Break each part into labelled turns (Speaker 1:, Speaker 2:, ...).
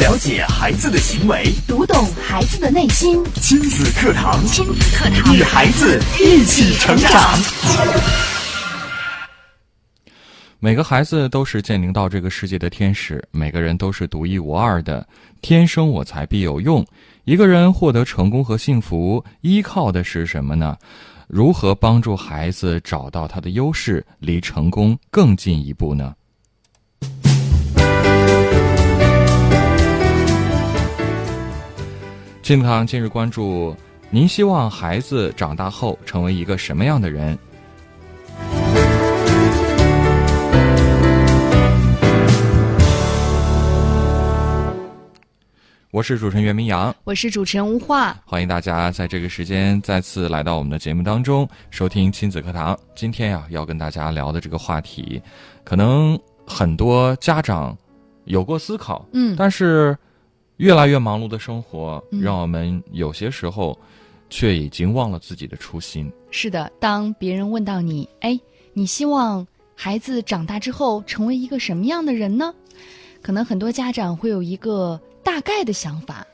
Speaker 1: 了解孩子的行为，
Speaker 2: 读懂孩子的内心。
Speaker 1: 亲子课堂，
Speaker 2: 亲子课堂
Speaker 1: 与孩子一起成长。
Speaker 3: 每个孩子都是降临到这个世界的天使，每个人都是独一无二的，天生我材必有用。一个人获得成功和幸福，依靠的是什么呢？如何帮助孩子找到他的优势，离成功更进一步呢？金堂今日关注：您希望孩子长大后成为一个什么样的人？我是主持人袁明阳，
Speaker 2: 我是主持人吴化。
Speaker 3: 欢迎大家在这个时间再次来到我们的节目当中，收听亲子课堂。今天呀、要跟大家聊的这个话题，可能很多家长有过思考，
Speaker 2: 嗯
Speaker 3: 但是越来越忙碌的生活，
Speaker 2: 嗯
Speaker 3: 让我们有些时候却已经忘了自己的初心。
Speaker 2: 是的，当别人问到你，哎，你希望孩子长大之后成为一个什么样的人呢？可能很多家长会有一个大概的想法，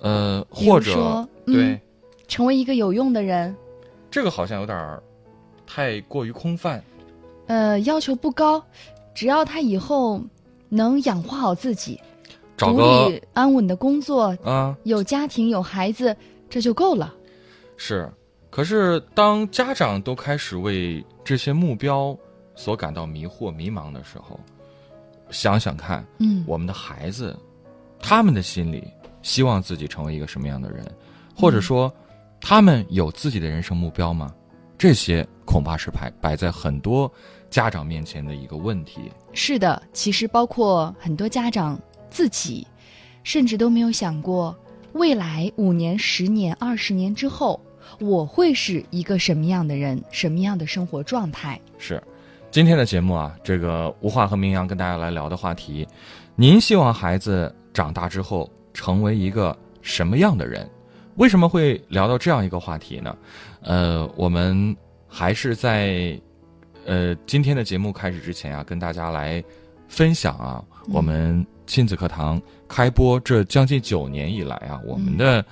Speaker 3: 呃，
Speaker 2: 比如
Speaker 3: 或者
Speaker 2: 说、
Speaker 3: 对
Speaker 2: 嗯成为一个有用的人，
Speaker 3: 这个好像有点儿太过于空泛。
Speaker 2: 呃，要求不高，只要他以后能养活好自己，
Speaker 3: 找
Speaker 2: 独
Speaker 3: 个
Speaker 2: 立安稳的工作，
Speaker 3: 啊，
Speaker 2: 有家庭有孩子，这就够了。
Speaker 3: 是。可是当家长都开始为这些目标所感到迷惑、迷茫的时候，想想看，
Speaker 2: 嗯，
Speaker 3: 我们的孩子，他们的心里希望自己成为一个什么样的人，或者说，他们有自己的人生目标吗？这些恐怕是摆摆在很多家长面前的一个问题。
Speaker 2: 是的，其实包括很多家长自己，甚至都没有想过未来五年、十年、二十年之后，我会是一个什么样的人，什么样的生活状态。
Speaker 3: 是，今天的节目啊，这个吴话和明阳跟大家来聊的话题，您希望孩子长大之后成为一个什么样的人？为什么会聊到这样一个话题呢？呃，我们还是在呃今天的节目开始之前啊，跟大家来分享啊，
Speaker 2: 嗯
Speaker 3: 我们亲子课堂开播这将近九年以来啊，我们的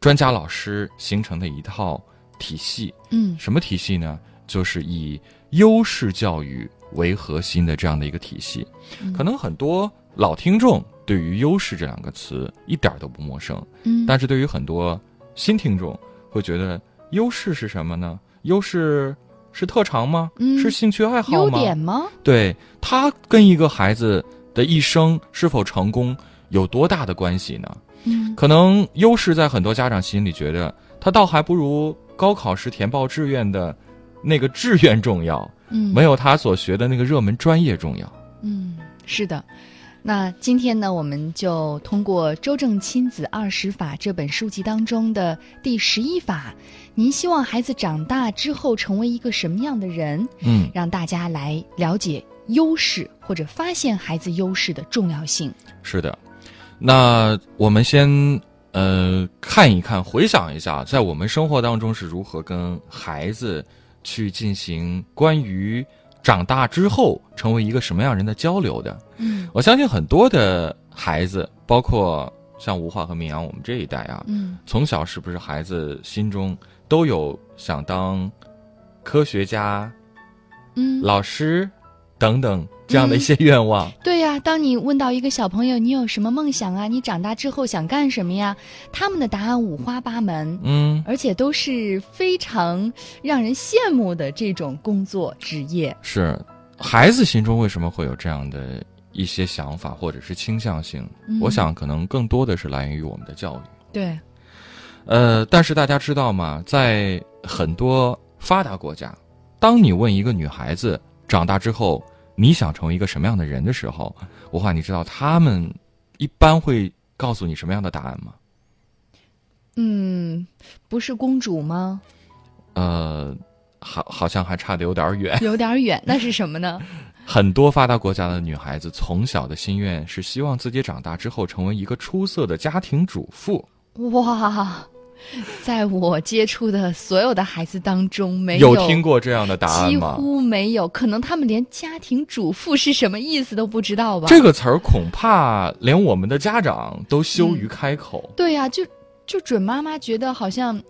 Speaker 3: 专家老师形成的一套体系。
Speaker 2: 嗯
Speaker 3: 什么体系呢？就是以优势教育为核心的这样的一个体系。
Speaker 2: 嗯
Speaker 3: 可能很多老听众对于“优势”这两个词一点儿都不陌生，
Speaker 2: 嗯，
Speaker 3: 但是对于很多新听众会觉得，优势是什么呢？优势是特长吗？
Speaker 2: 嗯
Speaker 3: 是兴趣爱好
Speaker 2: 优
Speaker 3: 吗？
Speaker 2: 点吗？
Speaker 3: 对它跟一个孩子的一生是否成功有多大的关系呢？
Speaker 2: 嗯
Speaker 3: 可能优势在很多家长心里觉得，他倒还不如高考时填报志愿的那个志愿重要，
Speaker 2: 嗯，
Speaker 3: 没有他所学的那个热门专业重要。
Speaker 2: 嗯，是的。那今天呢，我们就通过《周正亲子二十法》这本书籍当中的第十一法，您希望孩子长大之后成为一个什么样的人，
Speaker 3: 嗯，
Speaker 2: 让大家来了解优势或者发现孩子优势的重要性。
Speaker 3: 是的。那我们先呃看一看，回想一下，在我们生活当中是如何跟孩子去进行关于长大之后成为一个什么样人的交流的。
Speaker 2: 嗯
Speaker 3: 我相信很多的孩子，包括像吴化和明阳我们这一代啊，
Speaker 2: 嗯
Speaker 3: 从小是不是孩子心中都有想当科学家、
Speaker 2: 嗯，
Speaker 3: 老师等等这样的一些愿望？
Speaker 2: 对呀、当你问到一个小朋友你有什么梦想啊，你长大之后想干什么呀，他们的答案五花八门。
Speaker 3: 嗯，
Speaker 2: 而且都是非常让人羡慕的这种工作职业。
Speaker 3: 是孩子心中为什么会有这样的一些想法或者是倾向性？
Speaker 2: 嗯
Speaker 3: 我想可能更多的是来源于我们的教育。
Speaker 2: 对，
Speaker 3: 呃，但是大家知道吗？在很多发达国家，当你问一个女孩子长大之后你想成为一个什么样的人的时候，我话你知道他们一般会告诉你什么样的答案吗？
Speaker 2: 嗯，不是公主 吗？
Speaker 3: 呃，好，好像还差得有点远。
Speaker 2: 有点远，那是什么呢？
Speaker 3: 很多发达国家的女孩子从小的心愿是希望自己长大之后成为一个出色的家庭主妇。
Speaker 2: 哇，在我接触的所有的孩子当中，没
Speaker 3: 有听过这样的答案
Speaker 2: 几
Speaker 3: 吗？
Speaker 2: 乎没有，可能他们连家庭主妇是什么意思都不知道吧？
Speaker 3: 这个词儿恐怕连我们的家长都羞于开口。
Speaker 2: 对呀、就就准妈妈觉得好像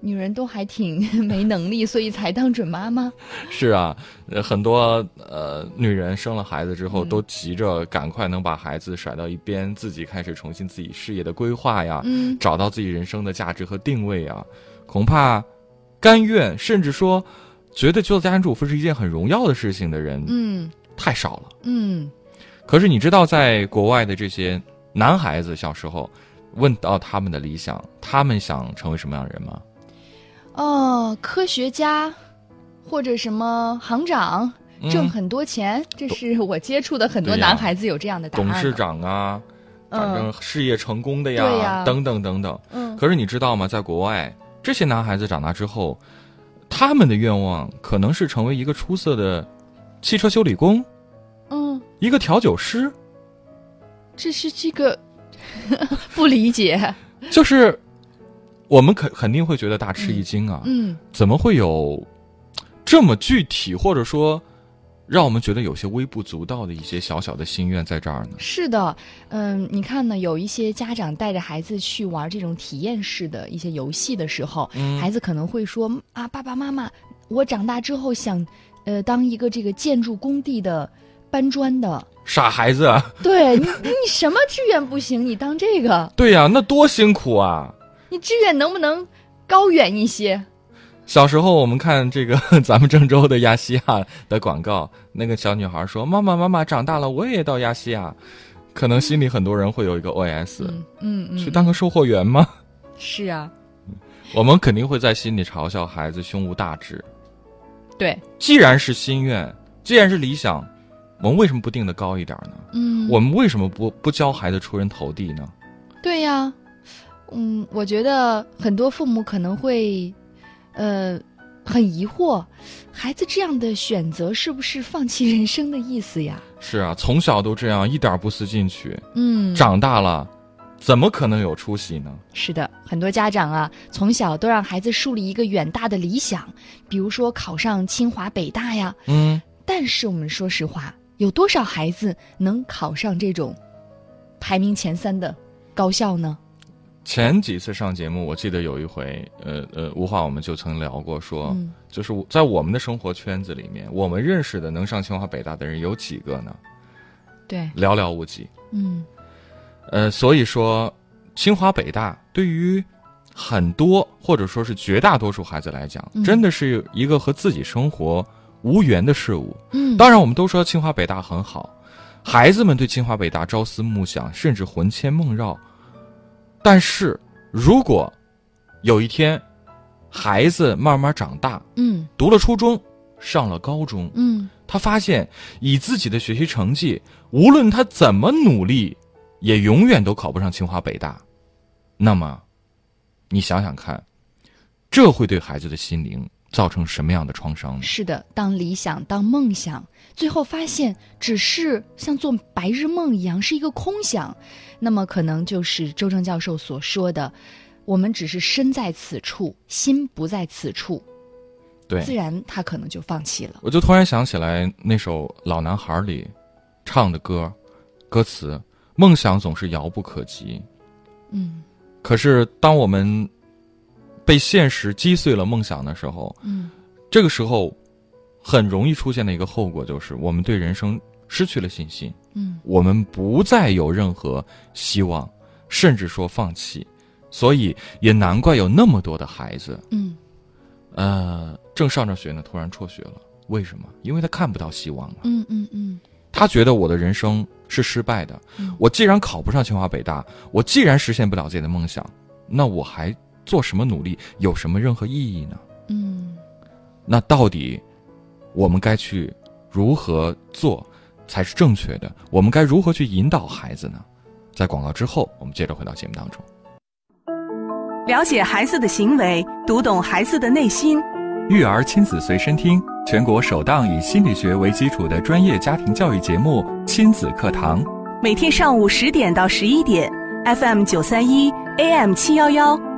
Speaker 2: 女人都还挺没能力，所以才当准妈妈。
Speaker 3: 是啊，呃很多呃女人生了孩子之
Speaker 2: 嗯
Speaker 3: 后，都急着赶快能把孩子甩到一边，自己开始重新自己事业的规划呀，
Speaker 2: 嗯，
Speaker 3: 找到自己人生的价值和定位啊。恐怕甘愿，甚至说觉得做家庭主妇是一件很荣耀的事情的人、
Speaker 2: 嗯
Speaker 3: 太少了。
Speaker 2: 嗯
Speaker 3: 可是你知道，在国外的这些男孩子小时候，问到他们的理想，他们想成为什么样的人吗？
Speaker 2: 哦，科学家或者什么行长。
Speaker 3: 嗯
Speaker 2: 挣很多钱，这是我接触的很多
Speaker 3: 对呀
Speaker 2: 男孩子有这样的答案。
Speaker 3: 董事，长啊，反正
Speaker 2: 嗯
Speaker 3: 事业成功的呀，
Speaker 2: 对呀
Speaker 3: 等等等等。
Speaker 2: 嗯，
Speaker 3: 可是你知道吗？在国外，这些男孩子长大之后，他们的愿望可能是成为一个出色的汽车修理工，
Speaker 2: 嗯，
Speaker 3: 一个调酒师，
Speaker 2: 这是这个 不理解。
Speaker 3: 就是我们肯肯定会觉得大吃一惊啊！
Speaker 2: 嗯
Speaker 3: 怎么会有这么具体，或者说让我们觉得有些微不足道的一些小小的心愿在这儿呢？
Speaker 2: 是的，嗯，你看呢，有一些家长带着孩子去玩这种体验式的一些游戏的时候，
Speaker 3: 嗯
Speaker 2: 孩子可能会说啊，爸爸妈妈，我长大之后想，呃，当一个这个建筑工地的搬砖的。
Speaker 3: 傻孩子啊，
Speaker 2: 对你，你什么志愿不行？你当这个，
Speaker 3: 对呀、那多辛苦啊！
Speaker 2: 你志愿能不能高远一些？
Speaker 3: 小时候我们看这个 咱们郑州的亚细亚的广告，那个小女孩说：“妈妈，妈妈，长大了我也到亚细亚。”可能心里很多人会有一个 OS：、
Speaker 2: 嗯嗯
Speaker 3: 去
Speaker 2: 嗯，
Speaker 3: 当个售货员吗？
Speaker 2: 是啊，
Speaker 3: 我们肯定会在心里嘲笑孩子胸无大志。
Speaker 2: 对，
Speaker 3: 既然是心愿，既然是理想，我们为什么不定的高一点呢？
Speaker 2: 嗯，
Speaker 3: 我们为什么不不教孩子出人头地呢？
Speaker 2: 对呀、嗯，我觉得很多父母可能会，呃，很疑惑，孩子这样的选择是不是放弃人生的意思呀？
Speaker 3: 是啊，从小都这样，一点不思进取，
Speaker 2: 嗯，
Speaker 3: 长大了，怎么可能有出息呢？
Speaker 2: 是的，很多家长啊，从小都让孩子树立一个远大的理想，比如说考上清华北大呀。
Speaker 3: 嗯，
Speaker 2: 但是我们说实话，有多少孩子能考上这种排名前三的高校呢？
Speaker 3: 前几次上节目，我记得有一回，呃呃，吴话我们就曾聊过说，
Speaker 2: 嗯
Speaker 3: 就是我在我们的生活圈子里面，我们认识的能上清华北大的人有几个呢？
Speaker 2: 对，
Speaker 3: 寥寥无几。
Speaker 2: 嗯
Speaker 3: 呃，所以说，清华北大对于很多或者说是绝大多数孩子来讲，
Speaker 2: 嗯
Speaker 3: 真的是一个和自己生活无缘的事物。
Speaker 2: 嗯，
Speaker 3: 当然，我们都说清华北大很好，孩子们对清华北大朝思暮想，甚至魂牵梦绕。但是如果有一天，孩子慢慢长大，
Speaker 2: 嗯
Speaker 3: 读了初中，上了高中，
Speaker 2: 嗯，
Speaker 3: 他发现以自己的学习成绩，无论他怎么努力，也永远都考不上清华北大。那么，你想想看，这会对孩子的心灵造成什么样的创伤呢？
Speaker 2: 是的，当理想，当梦想，最后发现只是像做白日梦一样，是一个空想，那么可能就是周正教授所说的，我们只是身在此处，心不在此处，
Speaker 3: 对，
Speaker 2: 自然他可能就放弃了。
Speaker 3: 我就突然想起来那首《老男孩》里唱的歌，歌词：“梦想总是遥不可及，
Speaker 2: 嗯
Speaker 3: 可是当我们被现实击碎了梦想的时候，
Speaker 2: 嗯，
Speaker 3: 这个时候很容易出现的一个后果就是，我们对人生失去了信心，
Speaker 2: 嗯，
Speaker 3: 我们不再有任何希望，甚至说放弃。所以也难怪有那么多的孩子，
Speaker 2: 嗯
Speaker 3: 呃，正上着学呢，突然辍学了。为什么？因为他看不到希望了。
Speaker 2: 嗯嗯嗯
Speaker 3: 他觉得我的人生是失败的
Speaker 2: 嗯。
Speaker 3: 我既然考不上清华北大，我既然实现不了自己的梦想，那我还做什么努力？有什么任何意义呢？
Speaker 2: 嗯
Speaker 3: 那到底我们该去如何做才是正确的？我们该如何去引导孩子呢？在广告之后，我们接着回到节目当中。
Speaker 4: 了解孩子的行为，读懂孩子的内心。
Speaker 5: 育儿亲子随身听，全国首档以心理学为基础的专业家庭教育节目《亲子课堂》。
Speaker 4: 每天上午十点到十一点，FM 九三一，AM 七幺幺，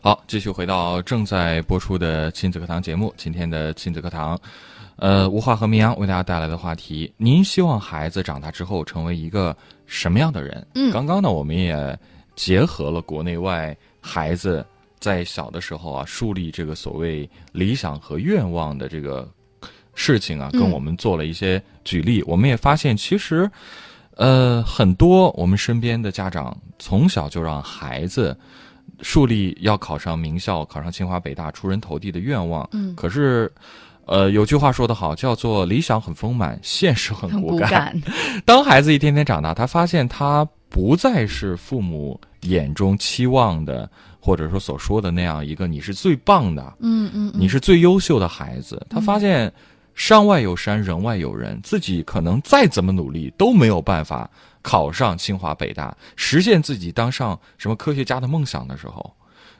Speaker 3: 好，继续回到正在播出的亲子课堂节目。今天的亲子课堂，呃，吴化和明阳为大家带来的话题：您希望孩子长大之后成为一个什么样的人？
Speaker 2: 嗯
Speaker 3: 刚刚呢，我们也结合了国内外孩子在小的时候啊，树立这个所谓理想和愿望的这个事情啊，
Speaker 2: 嗯
Speaker 3: 跟我们做了一些举例。我们也发现，其实，呃，很多我们身边的家长从小就让孩子树立要考上名校、考上清华北大、出人头地的愿望。
Speaker 2: 嗯
Speaker 3: 可是，呃，有句话说得好，叫做“理想很丰满，现实很
Speaker 2: 很
Speaker 3: 骨
Speaker 2: 骨感，
Speaker 3: 当孩子一天天长大，他发现他不再是父母眼中期望的，或者说所说的那样一个你是最棒的，
Speaker 2: 嗯嗯，嗯
Speaker 3: 你是最优秀的孩子。他发现山外有山，人外有人，自己可能再怎么努力都没有办法考上清华北大，实现自己当上什么科学家的梦想的时候，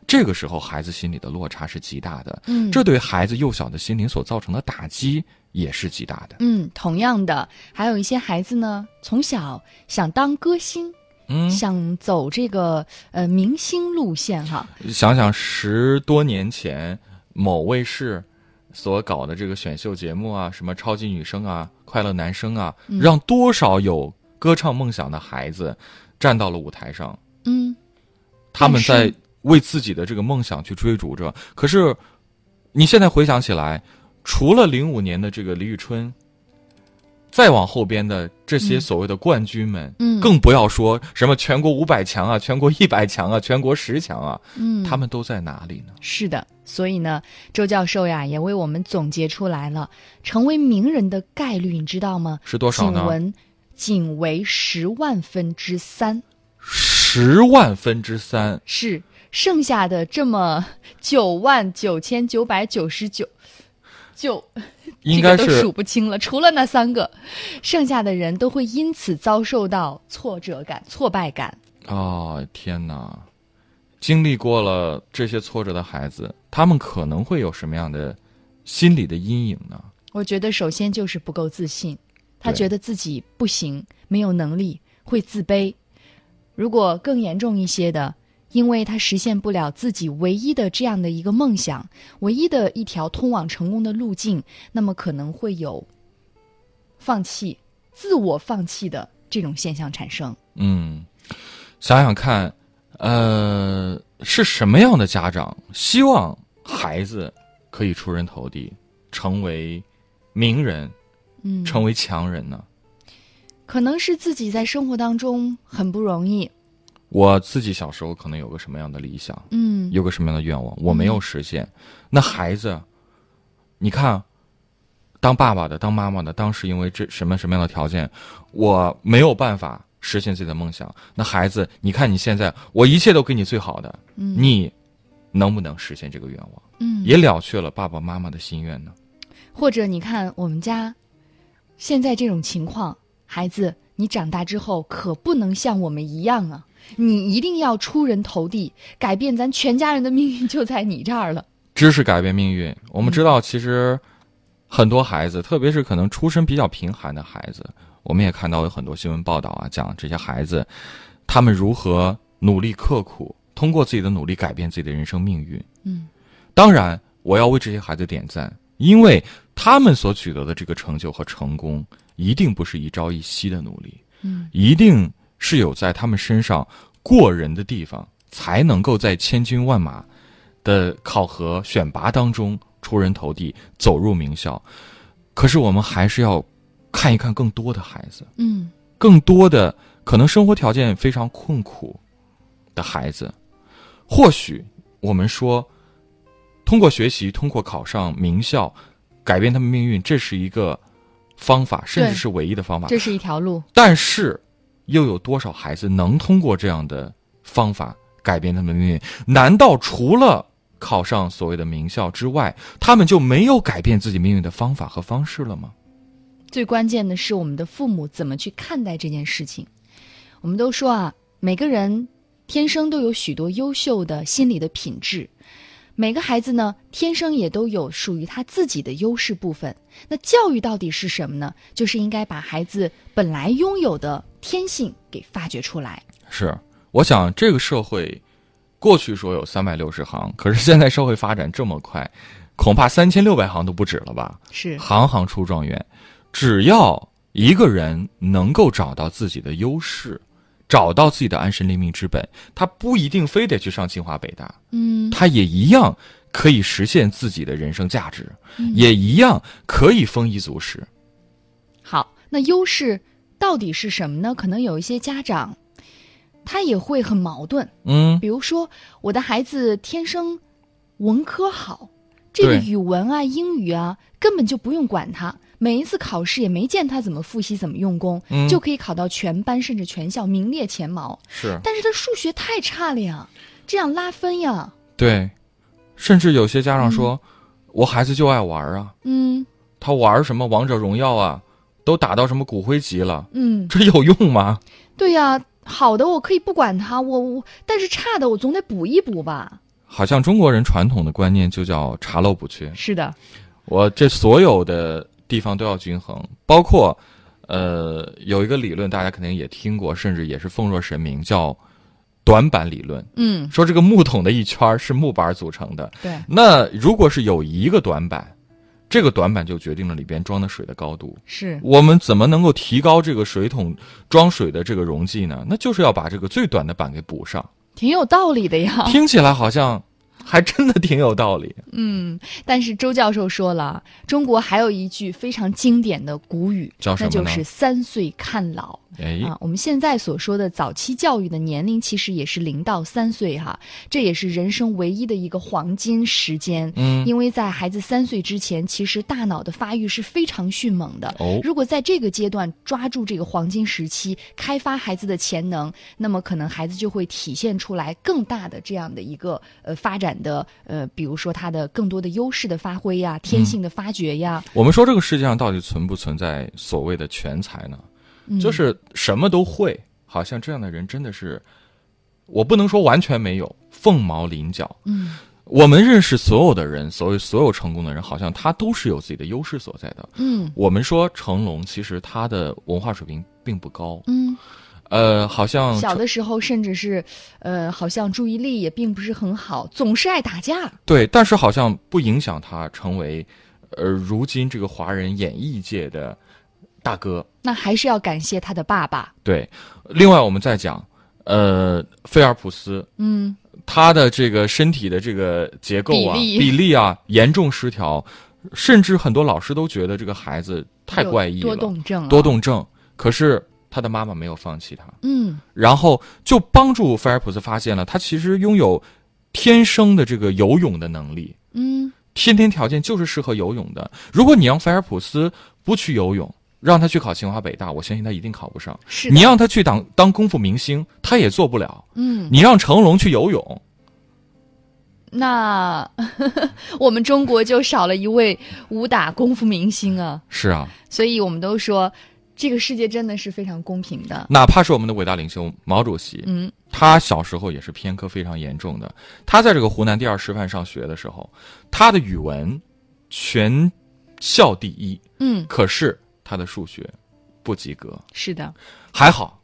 Speaker 3: 这个时候孩子心里的落差是极大的，
Speaker 2: 嗯
Speaker 3: 这对孩子幼小的心灵所造成的打击也是极大的。
Speaker 2: 嗯，同样的，还有一些孩子呢，从小想当歌星，
Speaker 3: 嗯，
Speaker 2: 想走这个呃明星路线哈，
Speaker 3: 想想十多年前某卫视所搞的这个选秀节目啊，什么超级女声啊、快乐男声啊，
Speaker 2: 嗯
Speaker 3: 让多少有歌唱梦想的孩子站到了舞台上，
Speaker 2: 嗯
Speaker 3: 他们
Speaker 2: 但
Speaker 3: 在
Speaker 2: 是
Speaker 3: 为自己的这个梦想去追逐着。可是你现在回想起来，除了零五年的这个李宇春。再往后边的这些
Speaker 2: 嗯
Speaker 3: 所谓的冠军们，
Speaker 2: 嗯
Speaker 3: 更不要说什么全国五百强啊、全国一百强啊、全国十强啊，
Speaker 2: 嗯，
Speaker 3: 他们都在哪里呢？
Speaker 2: 是的，所以呢，周教授呀也为我们总结出来了，成为名人的概率，你知道吗？
Speaker 3: 是多少
Speaker 2: 仅
Speaker 3: 呢？
Speaker 2: 闻仅为十万分之三，
Speaker 3: 十万分之三，
Speaker 2: 是剩下的这么九万九千九百九十九。就
Speaker 3: 应该
Speaker 2: 这个都
Speaker 3: 是
Speaker 2: 数不清了，除了那三个，剩下的人都会因此遭受到挫折感、挫败感。
Speaker 3: 哦，天哪！经历过了这些挫折的孩子，他们可能会有什么样的心理的阴影呢？
Speaker 2: 我觉得首先就是不够自信，他
Speaker 3: 对
Speaker 2: 觉得自己不行，没有能力，会自卑。如果更严重一些的，因为他实现不了自己唯一的这样的一个梦想，唯一的一条通往成功的路径，那么可能会有放弃、自我放弃的这种现象产生。
Speaker 3: 嗯，想想看，呃，是什么样的家长希望孩子可以出人头地，成为名人，
Speaker 2: 嗯，
Speaker 3: 成为强人呢？
Speaker 2: 可能是自己在生活当中很不容易。
Speaker 3: 我自己小时候可能有个什么样的理想？
Speaker 2: 嗯，
Speaker 3: 有个什么样的愿望，我没有实现。那孩子，你看，当爸爸的、当妈妈的，当时因为这什么什么样的条件，我没有办法实现自己的梦想。那孩子，你看你现在，我一切都给你最好的，
Speaker 2: 嗯
Speaker 3: 你能不能实现这个愿望？
Speaker 2: 嗯，
Speaker 3: 也了却了爸爸妈妈的心愿呢？
Speaker 2: 或者你看我们家现在这种情况，孩子，你长大之后可不能像我们一样啊！你一定要出人头地，改变咱全家人的命运就在你这儿了。
Speaker 3: 知识改变命运。我们知道，其实很多孩子，特别是可能出身比较贫寒的孩子，我们也看到有很多新闻报道啊，讲这些孩子他们如何努力刻苦，通过自己的努力改变自己的人生命运。
Speaker 2: 嗯，
Speaker 3: 当然，我要为这些孩子点赞，因为他们所取得的这个成就和成功，一定不是一朝一夕的努力，
Speaker 2: 嗯，
Speaker 3: 一定是有在他们身上过人的地方，才能够在千军万马的考核选拔当中出人头地，走入名校。可是我们还是要看一看更多的孩子，
Speaker 2: 嗯
Speaker 3: 更多的可能生活条件非常困苦的孩子，或许我们说，通过学习，通过考上名校，改变他们命运，这是一个方法，甚至
Speaker 2: 对
Speaker 3: 是唯一的方法。
Speaker 2: 这是一条路。
Speaker 3: 但是，又有多少孩子能通过这样的方法改变他们的命运？难道除了考上所谓的名校之外，他们就没有改变自己命运的方法和方式了吗？
Speaker 2: 最关键的是我们的父母怎么去看待这件事情。我们都说啊，每个人天生都有许多优秀的心理的品质，每个孩子呢天生也都有属于他自己的优势部分。那教育到底是什么呢？就是应该把孩子本来拥有的天性给发掘出来。
Speaker 3: 是，我想这个社会，过去说有三百六十行，可是现在社会发展这么快，恐怕三千六百行都不止了吧？
Speaker 2: 是
Speaker 3: 行行出状元，只要一个人能够找到自己的优势，找到自己的安身立命之本，他不一定非得去上清华北大，
Speaker 2: 嗯，
Speaker 3: 他也一样可以实现自己的人生价值，
Speaker 2: 嗯
Speaker 3: 也一样可以丰衣足食。
Speaker 2: 好，那优势到底是什么呢？可能有一些家长，他也会很矛盾。
Speaker 3: 嗯，
Speaker 2: 比如说，我的孩子天生文科好，这个
Speaker 3: 对
Speaker 2: 语文啊、英语啊，根本就不用管他。每一次考试也没见他怎么复习、怎么用功，
Speaker 3: 嗯
Speaker 2: 就可以考到全班甚至全校名列前茅。
Speaker 3: 是
Speaker 2: 但是他数学太差了呀，这样拉分呀。
Speaker 3: 对，甚至有些家长说，我孩子就爱玩啊。
Speaker 2: 嗯
Speaker 3: 他玩什么王者荣耀啊，都打到什么骨灰级了，
Speaker 2: 嗯，
Speaker 3: 这有用吗？
Speaker 2: 对呀，好的我可以不管他，我我，但是差的我总得补一补吧。
Speaker 3: 好像中国人传统的观念就叫查漏补缺，
Speaker 2: 是的，
Speaker 3: 我这所有的地方都要均衡，包括，呃，有一个理论大家肯定也听过，甚至也是奉若神明，叫短板理论，
Speaker 2: 嗯，
Speaker 3: 说这个木桶的一圈儿是木板组成的，
Speaker 2: 对，
Speaker 3: 那如果是有一个短板，这个短板就决定了里边装的水的高度，
Speaker 2: 是
Speaker 3: 我们怎么能够提高这个水桶装水的这个容积呢？那就是要把这个最短的板给补上。
Speaker 2: 挺有道理的呀。
Speaker 3: 听起来好像还真的挺有道理。
Speaker 2: 嗯，但是周教授说了，中国还有一句非常经典的古语，
Speaker 3: 叫什
Speaker 2: 那
Speaker 3: 么呢
Speaker 2: 就是“三岁看老”
Speaker 3: 哎，
Speaker 2: 啊。我们现在所说的早期教育的年龄，其实也是零到三岁哈，这也是人生唯一的一个黄金时间。
Speaker 3: 嗯，
Speaker 2: 因为在孩子三岁之前，其实大脑的发育是非常迅猛的。
Speaker 3: 哦
Speaker 2: 如果在这个阶段抓住这个黄金时期，开发孩子的潜能，那么可能孩子就会体现出来更大的这样的一个呃发展的呃，比如说他的更多的优势的发挥
Speaker 3: 嗯
Speaker 2: 呀，天性的发掘呀，
Speaker 3: 我们说这个世界上到底存不存在所谓的全才呢？
Speaker 2: 嗯
Speaker 3: 就是什么都会，好像这样的人真的是，我不能说完全没有，凤毛麟角。
Speaker 2: 嗯
Speaker 3: 我们认识所有的人，所谓所有成功的人，好像他都是有自己的优势所在的。
Speaker 2: 嗯
Speaker 3: 我们说成龙，其实他的文化水平并不高，
Speaker 2: 嗯，
Speaker 3: 呃，好像
Speaker 2: 小
Speaker 3: 成
Speaker 2: 的时候甚至是呃，好像注意力也并不是很好，总是爱打架。
Speaker 3: 对，但是好像不影响他成为，呃，如今这个华人演艺界的大哥。
Speaker 2: 那还是要感谢他的爸爸，
Speaker 3: 对，另外我们再讲，呃，菲尔普斯
Speaker 2: 嗯
Speaker 3: 他的这个身体的这个结构啊、
Speaker 2: 比例
Speaker 3: 比例啊严重失调，甚至很多老师都觉得这个孩子太
Speaker 2: 有
Speaker 3: 怪异
Speaker 2: 多
Speaker 3: 了，
Speaker 2: 动症、啊，
Speaker 3: 多，动症。可是他的妈妈没有放弃他，
Speaker 2: 嗯
Speaker 3: 然后就帮助菲尔普斯发现了他其实拥有天生的这个游泳的能力。
Speaker 2: 嗯。
Speaker 3: 先天条件就是适合游泳的。如果你让菲尔普斯不去游泳，让他去考清华北大，我相信他一定考不上。
Speaker 2: 是的
Speaker 3: 你让他去当当功夫明星，他也做不了。
Speaker 2: 嗯，
Speaker 3: 你让成龙去游泳，
Speaker 2: 那 我们中国就少了一位武打功夫明星啊，
Speaker 3: 是啊，
Speaker 2: 所以我们都说这个世界真的是非常公平的。
Speaker 3: 哪怕是我们的伟大领袖毛主席，
Speaker 2: 嗯
Speaker 3: 他小时候也是偏科非常严重的。他在这个湖南第二师范上学的时候，他的语文全校第一，
Speaker 2: 嗯，
Speaker 3: 可是他的数学不及格。
Speaker 2: 是的，
Speaker 3: 还好，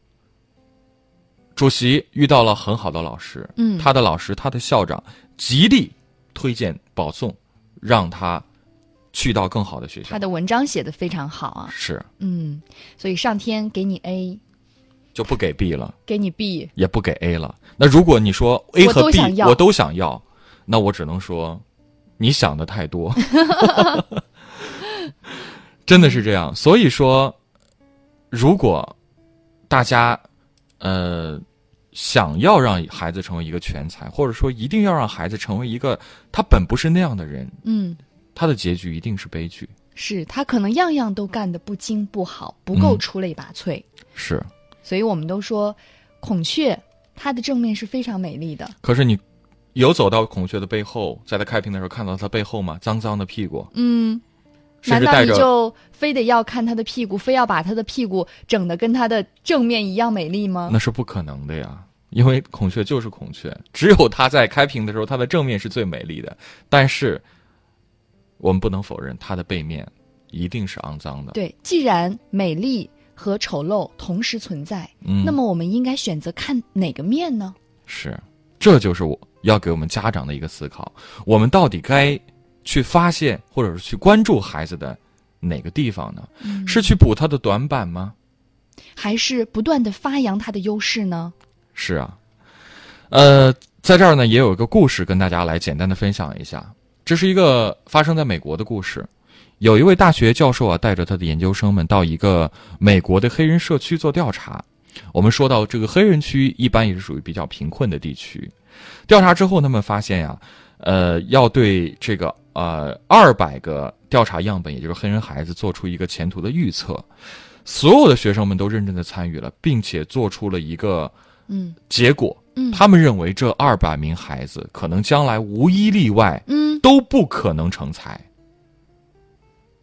Speaker 3: 主席遇到了很好的老师，
Speaker 2: 嗯
Speaker 3: 他的老师，他的校长极力推荐保送，让他去到更好的学校。
Speaker 2: 他的文章写的非常好啊，
Speaker 3: 是
Speaker 2: 嗯，所以上天给你 A，
Speaker 3: 就不给 B 了，
Speaker 2: 给你 B，
Speaker 3: 也不给 A 了。那如果你说 A
Speaker 2: 我都
Speaker 3: 和 B
Speaker 2: 想要
Speaker 3: 我都想要，那我只能说，你想的太多， 真的是这样。所以说，如果大家呃想要让孩子成为一个全才，或者说一定要让孩子成为一个他本不是那样的人，
Speaker 2: 嗯，
Speaker 3: 他的结局一定是悲剧。
Speaker 2: 是他可能样样都干得不精不好，不够
Speaker 3: 嗯
Speaker 2: 出类拔萃，
Speaker 3: 是，
Speaker 2: 所以我们都说孔雀它的正面是非常美丽的，
Speaker 3: 可是你有走到孔雀的背后，在他开屏的时候看到他背后吗？脏脏的屁股，
Speaker 2: 嗯，
Speaker 3: 甚
Speaker 2: 难
Speaker 3: 至
Speaker 2: 道
Speaker 3: 带
Speaker 2: 你
Speaker 3: 着
Speaker 2: 就非得要看他的屁股，非要把他的屁股整得跟他的正面一样美丽吗？
Speaker 3: 那是不可能的呀。因为孔雀就是孔雀，只有它在开屏的时候，它的正面是最美丽的。但是，我们不能否认它的背面一定是肮脏的。
Speaker 2: 对，既然美丽和丑陋同时存在，
Speaker 3: 嗯，
Speaker 2: 那么我们应该选择看哪个面呢？
Speaker 3: 是，这就是我要给我们家长的一个思考：我们到底该去发现，或者是去关注孩子的哪个地方呢？
Speaker 2: 嗯
Speaker 3: 是去补他的短板吗？
Speaker 2: 还是不断的发扬他的优势呢？
Speaker 3: 是啊，呃，在这儿呢也有一个故事跟大家来简单的分享一下，这是一个发生在美国的故事。有一位大学教授啊，带着他的研究生们到一个美国的黑人社区做调查。我们说到这个黑人区，一般也是属于比较贫困的地区。调查之后，他们发现呀、呃，要对这个呃二百个调查样本，也就是黑人孩子，做出一个前途的预测。所有的学生们都认真的参与了，并且做出了一个
Speaker 2: 嗯
Speaker 3: 结果，
Speaker 2: 嗯，
Speaker 3: 他们认为这二百名孩子可能将来无一例外
Speaker 2: 嗯
Speaker 3: 都不可能成才。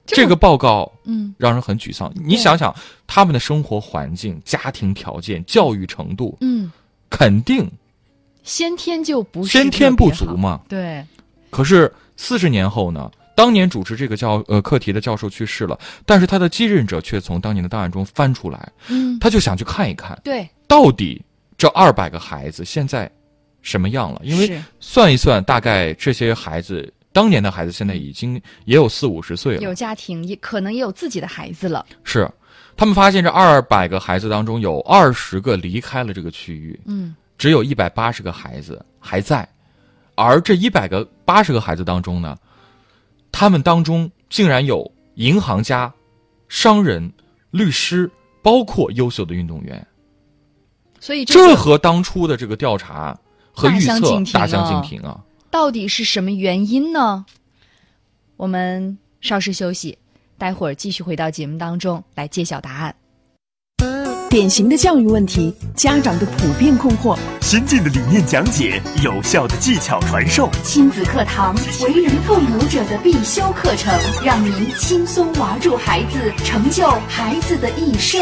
Speaker 2: 这么
Speaker 3: 这个报告
Speaker 2: 嗯
Speaker 3: 让人很沮丧。你
Speaker 2: 对
Speaker 3: 想想，他们的生活环境、家庭条件、教育程度，
Speaker 2: 嗯，
Speaker 3: 肯定
Speaker 2: 先天就不是
Speaker 3: 先天不
Speaker 2: 特
Speaker 3: 足
Speaker 2: 别好，
Speaker 3: 嘛。
Speaker 2: 对，
Speaker 3: 可是四十年后呢？当年主持这个教呃课题的教授去世了，但是他的继任者却从当年的档案中翻出来，
Speaker 2: 嗯
Speaker 3: 他就想去看一看
Speaker 2: 对，
Speaker 3: 到底这二百个孩子现在什么样了，因为
Speaker 2: 是
Speaker 3: 算一算，大概这些孩子当年的孩子现在已经也有四五十岁
Speaker 2: 有
Speaker 3: 了，
Speaker 2: 家庭，也可能也有自己的孩子了，
Speaker 3: 是。他们发现这二百个孩子当中有二十个离开了这个区域，
Speaker 2: 嗯
Speaker 3: 只有一百八十个孩子还在，而这一百个八十个孩子当中呢，他们当中竟然有银行家、商人、律师，包括优秀的运动员，
Speaker 2: 所以这
Speaker 3: 这
Speaker 2: 个
Speaker 3: 和当初的这个调查和预测
Speaker 2: 大相径庭
Speaker 3: 大相
Speaker 2: 啊
Speaker 3: 径庭啊！
Speaker 2: 到底是什么原因呢？我们稍事休息，待会儿继续回到节目当中来揭晓答案。
Speaker 6: 典型的教育问题，家长的普遍困惑，
Speaker 1: 先进的理念讲解，有效的技巧传授，
Speaker 7: 亲子课堂，为人父母者的必修课程，让您轻松玩住孩子，成就孩子的一生。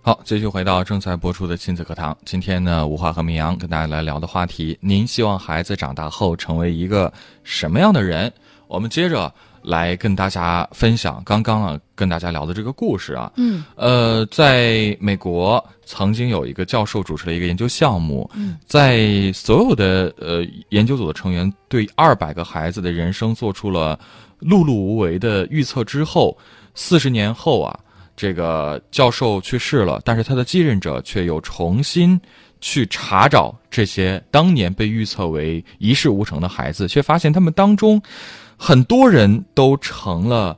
Speaker 3: 好，继续回到正在播出的亲子课堂。今天呢，吴华和明阳跟大家来聊的话题：您希望孩子长大后成为一个什么样的人？我们接着来跟大家分享刚刚啊跟大家聊的这个故事啊。
Speaker 2: 嗯
Speaker 3: 呃，在美国曾经有一个教授主持了一个研究项目，在所有的呃研究组的成员对二百个孩子的人生做出了碌碌无为的预测之后，四十年后啊，这个教授去世了，但是他的继任者却又重新去查找这些当年被预测为一事无成的孩子，却发现他们当中很多人都成了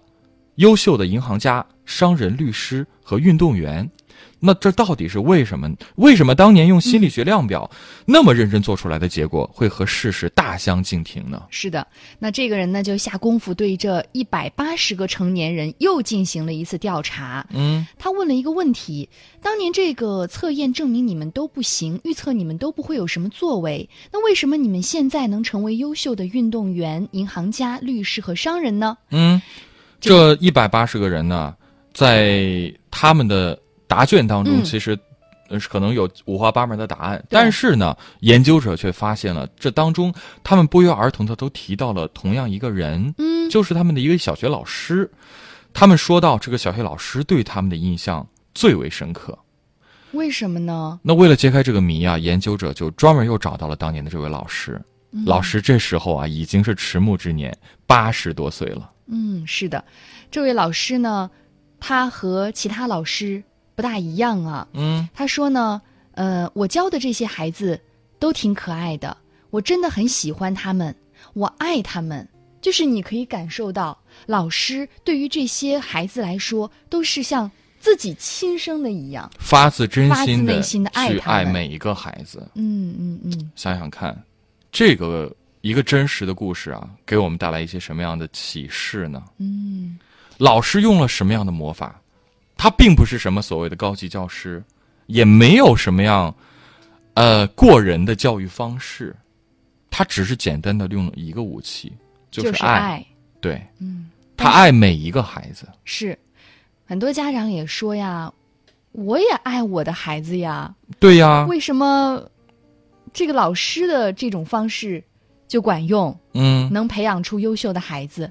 Speaker 3: 优秀的银行家、商人、律师和运动员。那这到底是为什么？为什么当年用心理学量表那么认真做出来的结果，会和事实大相径庭呢？
Speaker 2: 是的，那这个人呢就下功夫对这一百八十个成年人又进行了一次调查。
Speaker 3: 嗯，
Speaker 2: 他问了一个问题：当年这个测验证明你们都不行，预测你们都不会有什么作为，那为什么你们现在能成为优秀的运动员、银行家、律师和商人呢？
Speaker 3: 嗯，这一百八十个人呢，在他们的答卷当中，
Speaker 2: 嗯
Speaker 3: 其实呃是可能有五花八门的答案，但是呢，研究者却发现了这当中，他们不约而同的都提到了同样一个人，
Speaker 2: 嗯，
Speaker 3: 就是他们的一个小学老师。他们说到这个小学老师对他们的印象最为深刻。
Speaker 2: 为什么呢？
Speaker 3: 那为了揭开这个谜啊，研究者就专门又找到了当年的这位老师。
Speaker 2: 嗯
Speaker 3: 老师这时候啊已经是迟暮之年，八十多岁了。
Speaker 2: 嗯，是的，这位老师呢，他和其他老师不大一样啊。
Speaker 3: 嗯，
Speaker 2: 他说呢，呃，我教的这些孩子都挺可爱的，我真的很喜欢他们，我爱他们。就是你可以感受到，老师对于这些孩子来说，都是像自己亲生的一样。
Speaker 3: 发自真
Speaker 2: 发自
Speaker 3: 心的
Speaker 2: 内心地爱
Speaker 3: 去
Speaker 2: 他们
Speaker 3: 爱每一个孩子。
Speaker 2: 嗯嗯嗯，
Speaker 3: 想想看，这个一个真实的故事啊，给我们带来一些什么样的启示呢？嗯，老师用了什么样的魔法？他并不是什么所谓的高级教师，也没有什么样，呃过人的教育方式，他只是简单的用了一个武器，就
Speaker 2: 就是是
Speaker 3: 爱。
Speaker 2: 爱
Speaker 3: 对
Speaker 2: 嗯，
Speaker 3: 他爱每一个孩子，
Speaker 2: 是，很多家长也说呀，我也爱我的孩子呀，
Speaker 3: 对呀，
Speaker 2: 为什么这个老师的这种方式就管用，
Speaker 3: 嗯，
Speaker 2: 能培养出优秀的孩子，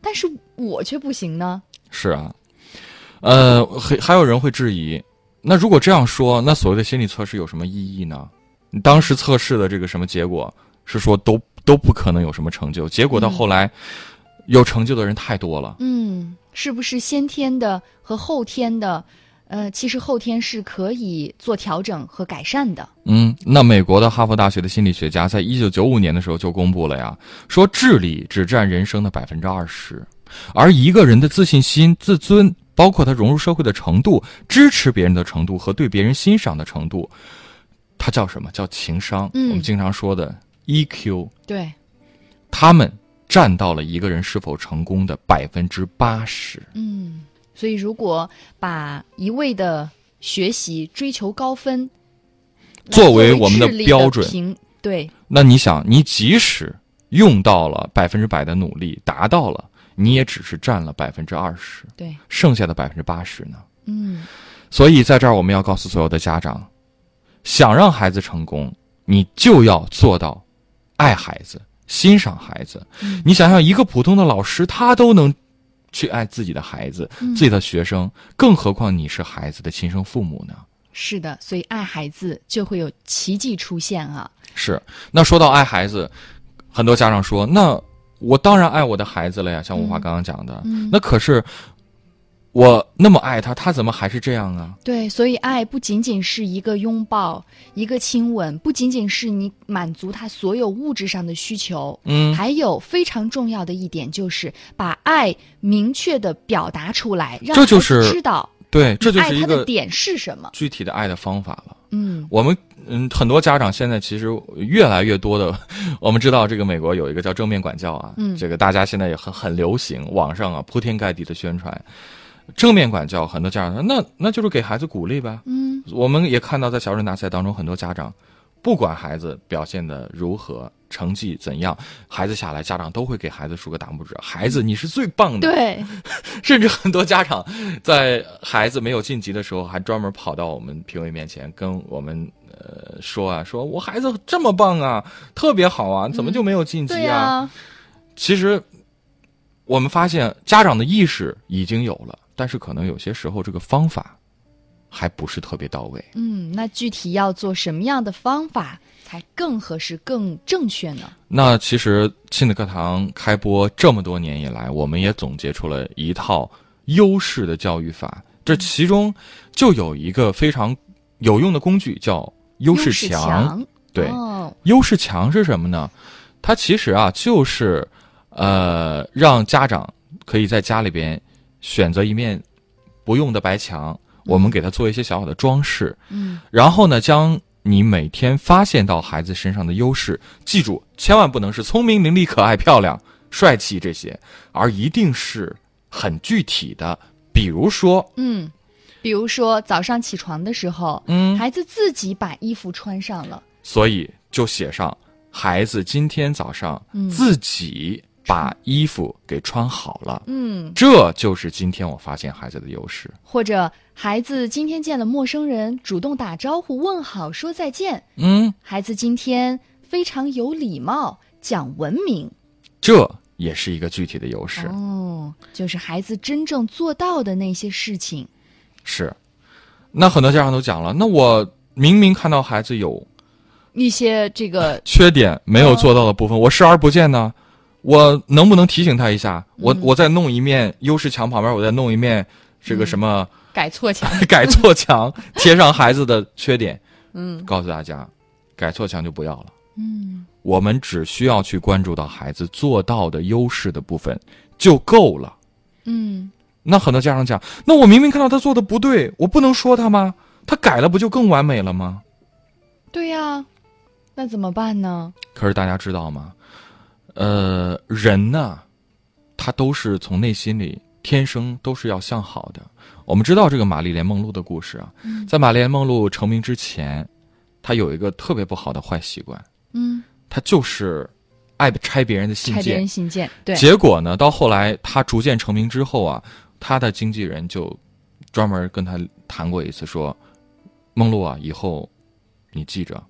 Speaker 2: 但是我却不行呢？
Speaker 3: 是啊，呃，还还有人会质疑，那如果这样说，那所谓的心理测试有什么意义呢？你当时测试的这个什么结果是说都都不可能有什么成就，结果到
Speaker 2: 嗯
Speaker 3: 后来、有成就的人太多了，
Speaker 2: 嗯，是不是先天的和后天的？呃，其实后天是可以做调整和改善的。
Speaker 3: 嗯，那美国的哈佛大学的心理学家在一九九五年的时候就公布了呀，说智力只占人生的百分之二十，而一个人的自信心、自尊，包括他融入社会的程度、支持别人的程度和对别人欣赏的程度，它叫什么叫情商？
Speaker 2: 嗯
Speaker 3: 我们经常说的 EQ，
Speaker 2: 对，
Speaker 3: 他们占到了一个人是否成功的百分之八十。
Speaker 2: 嗯，所以如果把一味的学习、追求高分，来
Speaker 3: 作为
Speaker 2: 为
Speaker 3: 我们的
Speaker 2: 智力的
Speaker 3: 标准
Speaker 2: 评对，
Speaker 3: 那你想，你即使用到了百分之百的努力，达到了，你也只是占了百分之二十。
Speaker 2: 对，
Speaker 3: 剩下的百分之八十呢？
Speaker 2: 嗯，
Speaker 3: 所以在这儿，我们要告诉所有的家长，想让孩子成功，你就要做到爱孩子、欣赏孩子。
Speaker 2: 嗯
Speaker 3: 你想想，一个普通的老师，他都能去爱自己的孩子、
Speaker 2: 嗯
Speaker 3: 自己的学生，更何况你是孩子的亲生父母呢？
Speaker 2: 是的，所以爱孩子就会有奇迹出现啊。
Speaker 3: 是。那说到爱孩子，很多家长说，那我当然爱我的孩子了呀，像吴华
Speaker 2: 嗯
Speaker 3: 刚刚讲的，
Speaker 2: 嗯
Speaker 3: 那可是我那么爱他，他怎么还是这样啊？
Speaker 2: 对，所以爱不仅仅是一个拥抱、一个亲吻，不仅仅是你满足他所有物质上的需求，
Speaker 3: 嗯
Speaker 2: 还有非常重要的一点就是把爱明确的表达出来，让
Speaker 3: 这就
Speaker 2: 孩子
Speaker 3: 是
Speaker 2: 知道
Speaker 3: 对，这就
Speaker 2: 爱
Speaker 3: 是一
Speaker 2: 他的
Speaker 3: 个
Speaker 2: 点是什么。
Speaker 3: 具体的爱的方法了。
Speaker 2: 嗯
Speaker 3: 我们嗯，很多家长现在其实越来越多的， 我们知道这个美国有一个叫正面管教啊，
Speaker 2: 嗯
Speaker 3: 这个大家现在也很很流行，网上啊铺天盖地的宣传。正面管教，很多家长说，那那就是给孩子鼓励呗。
Speaker 2: 嗯，
Speaker 3: 我们也看到，在小人大赛当中，很多家长不管孩子表现的如何，成绩怎样，孩子下来，家长都会给孩子竖个大拇指，孩子你是最棒的。
Speaker 2: 对，
Speaker 3: 甚至很多家长在孩子没有晋级的时候，还专门跑到我们评委面前跟我们呃说啊，说我孩子这么棒啊，特别好啊，怎么就没有晋级
Speaker 2: 对
Speaker 3: 啊？
Speaker 2: 呀，
Speaker 3: 其实我们发现家长的意识已经有了，但是可能有些时候这个方法还不是特别到位。
Speaker 2: 嗯，那具体要做什么样的方法才更合适、更正确呢？
Speaker 3: 那其实亲子课堂开播这么多年以来，我们也总结出了一套优势的教育法，这其中就有一个非常有用的工具叫优势
Speaker 2: 势
Speaker 3: 墙。
Speaker 2: 强，
Speaker 3: 对，
Speaker 2: 哦
Speaker 3: 优势墙是什么呢？它其实啊就是，呃，让家长可以在家里边选择一面不用的白墙，我们给它做一些小小的装饰，
Speaker 2: 嗯，
Speaker 3: 然后呢，将你每天发现到孩子身上的优势，记住，千万不能是聪明、伶俐、可爱、漂亮、帅气这些，而一定是很具体的，比如说，
Speaker 2: 嗯，比如说早上起床的时候，
Speaker 3: 嗯，
Speaker 2: 孩子自己把衣服穿上了，
Speaker 3: 所以就写上孩子今天早上
Speaker 2: 嗯
Speaker 3: 自己把衣服给穿好了，
Speaker 2: 嗯，
Speaker 3: 这就是今天我发现孩子的优势。
Speaker 2: 或者孩子今天见了陌生人，主动打招呼问好说再见，
Speaker 3: 嗯，
Speaker 2: 孩子今天非常有礼貌，讲文明，
Speaker 3: 这也是一个具体的优势。
Speaker 2: 哦，就是孩子真正做到的那些事情，
Speaker 3: 是，那很多家长都讲了，那我明明看到孩子有
Speaker 2: 一些这个
Speaker 3: 缺点没有做到的部分，我视而不见呢？我能不能提醒他一下？我、我再弄一面优势墙旁边，我再弄一面这个什么
Speaker 2: 改错墙，
Speaker 3: 改错墙，贴上孩子的缺点。嗯，告诉大家，改错墙就不要了。
Speaker 2: 嗯
Speaker 3: 我们只需要去关注到孩子做到的优势的部分就够了。
Speaker 2: 嗯，
Speaker 3: 那很多家长讲，那我明明看到他做的不对，我不能说他吗？他改了不就更完美了吗？
Speaker 2: 对呀、那怎么办呢？
Speaker 3: 可是大家知道吗？呃，人呐，他都是从内心里天生都是要向好的。我们知道这个玛丽莲梦露的故事啊，在玛丽莲梦露成名之前，他有一个特别不好的坏习惯，
Speaker 2: 嗯，
Speaker 3: 他就是爱拆别人的信
Speaker 2: 拆别
Speaker 3: 件
Speaker 2: 人。信件，对，
Speaker 3: 结果呢，到后来他逐渐成名之后啊，他的经纪人就专门跟他谈过一次说，梦露啊，以后你记着。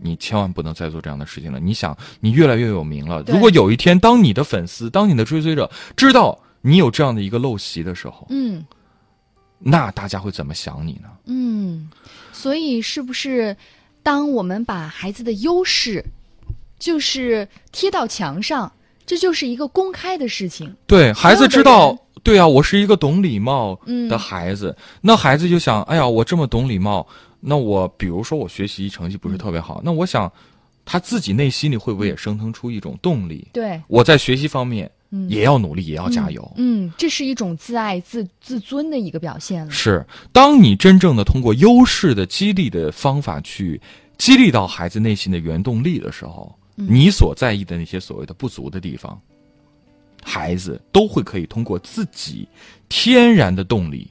Speaker 3: 你千万不能再做这样的事情了。你想，你越来越有名了。
Speaker 2: 对
Speaker 3: 如果有一天，当你的粉丝、当你的追随者知道你有这样的一个陋习的时候，
Speaker 2: 嗯
Speaker 3: 那大家会怎么想你呢？
Speaker 2: 嗯，所以是不是当我们把孩子的优势就是贴到墙上，这就是一个公开的事情？
Speaker 3: 对孩
Speaker 2: 所
Speaker 3: 子
Speaker 2: 有的
Speaker 3: 知道
Speaker 2: 人，
Speaker 3: 对啊，我是一个懂礼貌
Speaker 2: 嗯
Speaker 3: 的孩子，那孩子就想，哎呀，我这么懂礼貌，那我比如说我学习成绩不是特别好，那我想，他自己内心里会
Speaker 2: 嗯
Speaker 3: 不会也升腾出一种动力？
Speaker 2: 对，
Speaker 3: 我在学习方面
Speaker 2: 嗯，
Speaker 3: 也要努力，也要加油。
Speaker 2: 嗯，这是一种自爱自自尊的一个表现了。
Speaker 3: 是，当你真正的通过优势的激励的方法去激励到孩子内心的原动力的时候，
Speaker 2: 嗯
Speaker 3: 你所在意的那些所谓的不足的地方，孩子都会可以通过自己天然的动力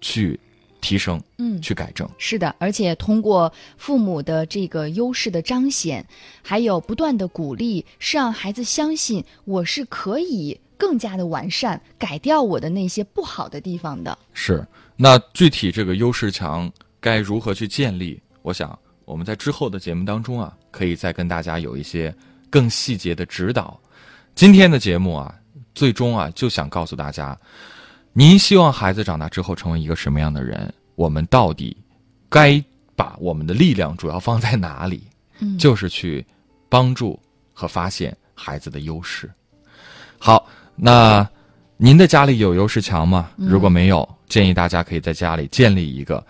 Speaker 3: 去提升、
Speaker 2: 嗯，
Speaker 3: 去改正。
Speaker 2: 是的，而且通过父母的这个优势的彰显，还有不断的鼓励，是让孩子相信我是可以更加的完善，改掉我的那些不好的地方的。
Speaker 3: 是，那具体这个优势墙该如何去建立？我想我们在之后的节目当中啊，可以再跟大家有一些更细节的指导。今天的节目啊，最终啊就想告诉大家，您希望孩子长大之后成为一个什么样的人？我们到底该把我们的力量主要放在哪里？
Speaker 2: 嗯
Speaker 3: 就是去帮助和发现孩子的优势。好，那您的家里有优势墙吗？
Speaker 2: 嗯
Speaker 3: 如果没有，建议大家可以在家里建立一个，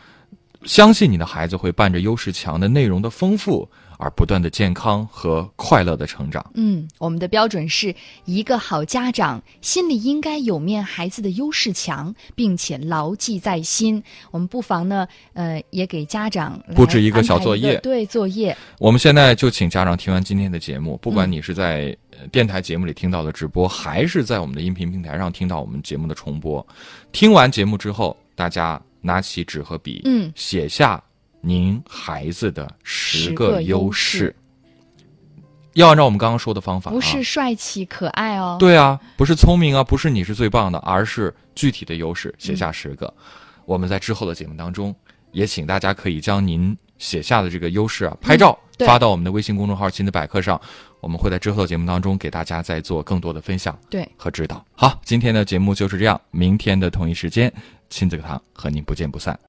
Speaker 3: 相信你的孩子会伴着优势墙的内容的丰富而不断的健康和快乐的成长。
Speaker 2: 嗯，我们的标准是一个好家长心里应该有面孩子的优势墙，并且牢记在心。我们不妨呢，呃，也给家长来
Speaker 3: 布置一个
Speaker 2: 安排
Speaker 3: 小作业
Speaker 2: 对作业，
Speaker 3: 我们现在就请家长听完今天的节目，不管
Speaker 2: 嗯
Speaker 3: 你是在呃电台节目里听到的直播，还是在我们的音频平台上听到我们节目的重播，听完节目之后，大家拿起纸和笔，
Speaker 2: 嗯，
Speaker 3: 写下您孩子的十
Speaker 2: 10
Speaker 3: 个
Speaker 2: 个优
Speaker 3: 优
Speaker 2: 势
Speaker 3: 势。要按照我们刚刚说的方法、啊，
Speaker 2: 不是帅气可爱哦，
Speaker 3: 对啊，不是聪明啊，不是你是最棒的，而是具体的优势，写下十个。我们在之后的节目当中，也请大家可以将您写下的这个优势啊拍照、
Speaker 2: 对
Speaker 3: 发到我们的微信公众号“亲子百科”上，我们会在之后的节目当中给大家再做更多的分享
Speaker 2: 对
Speaker 3: 和指导。好，今天的节目就是这样，明天的同一时间，亲子课堂和您不见不散。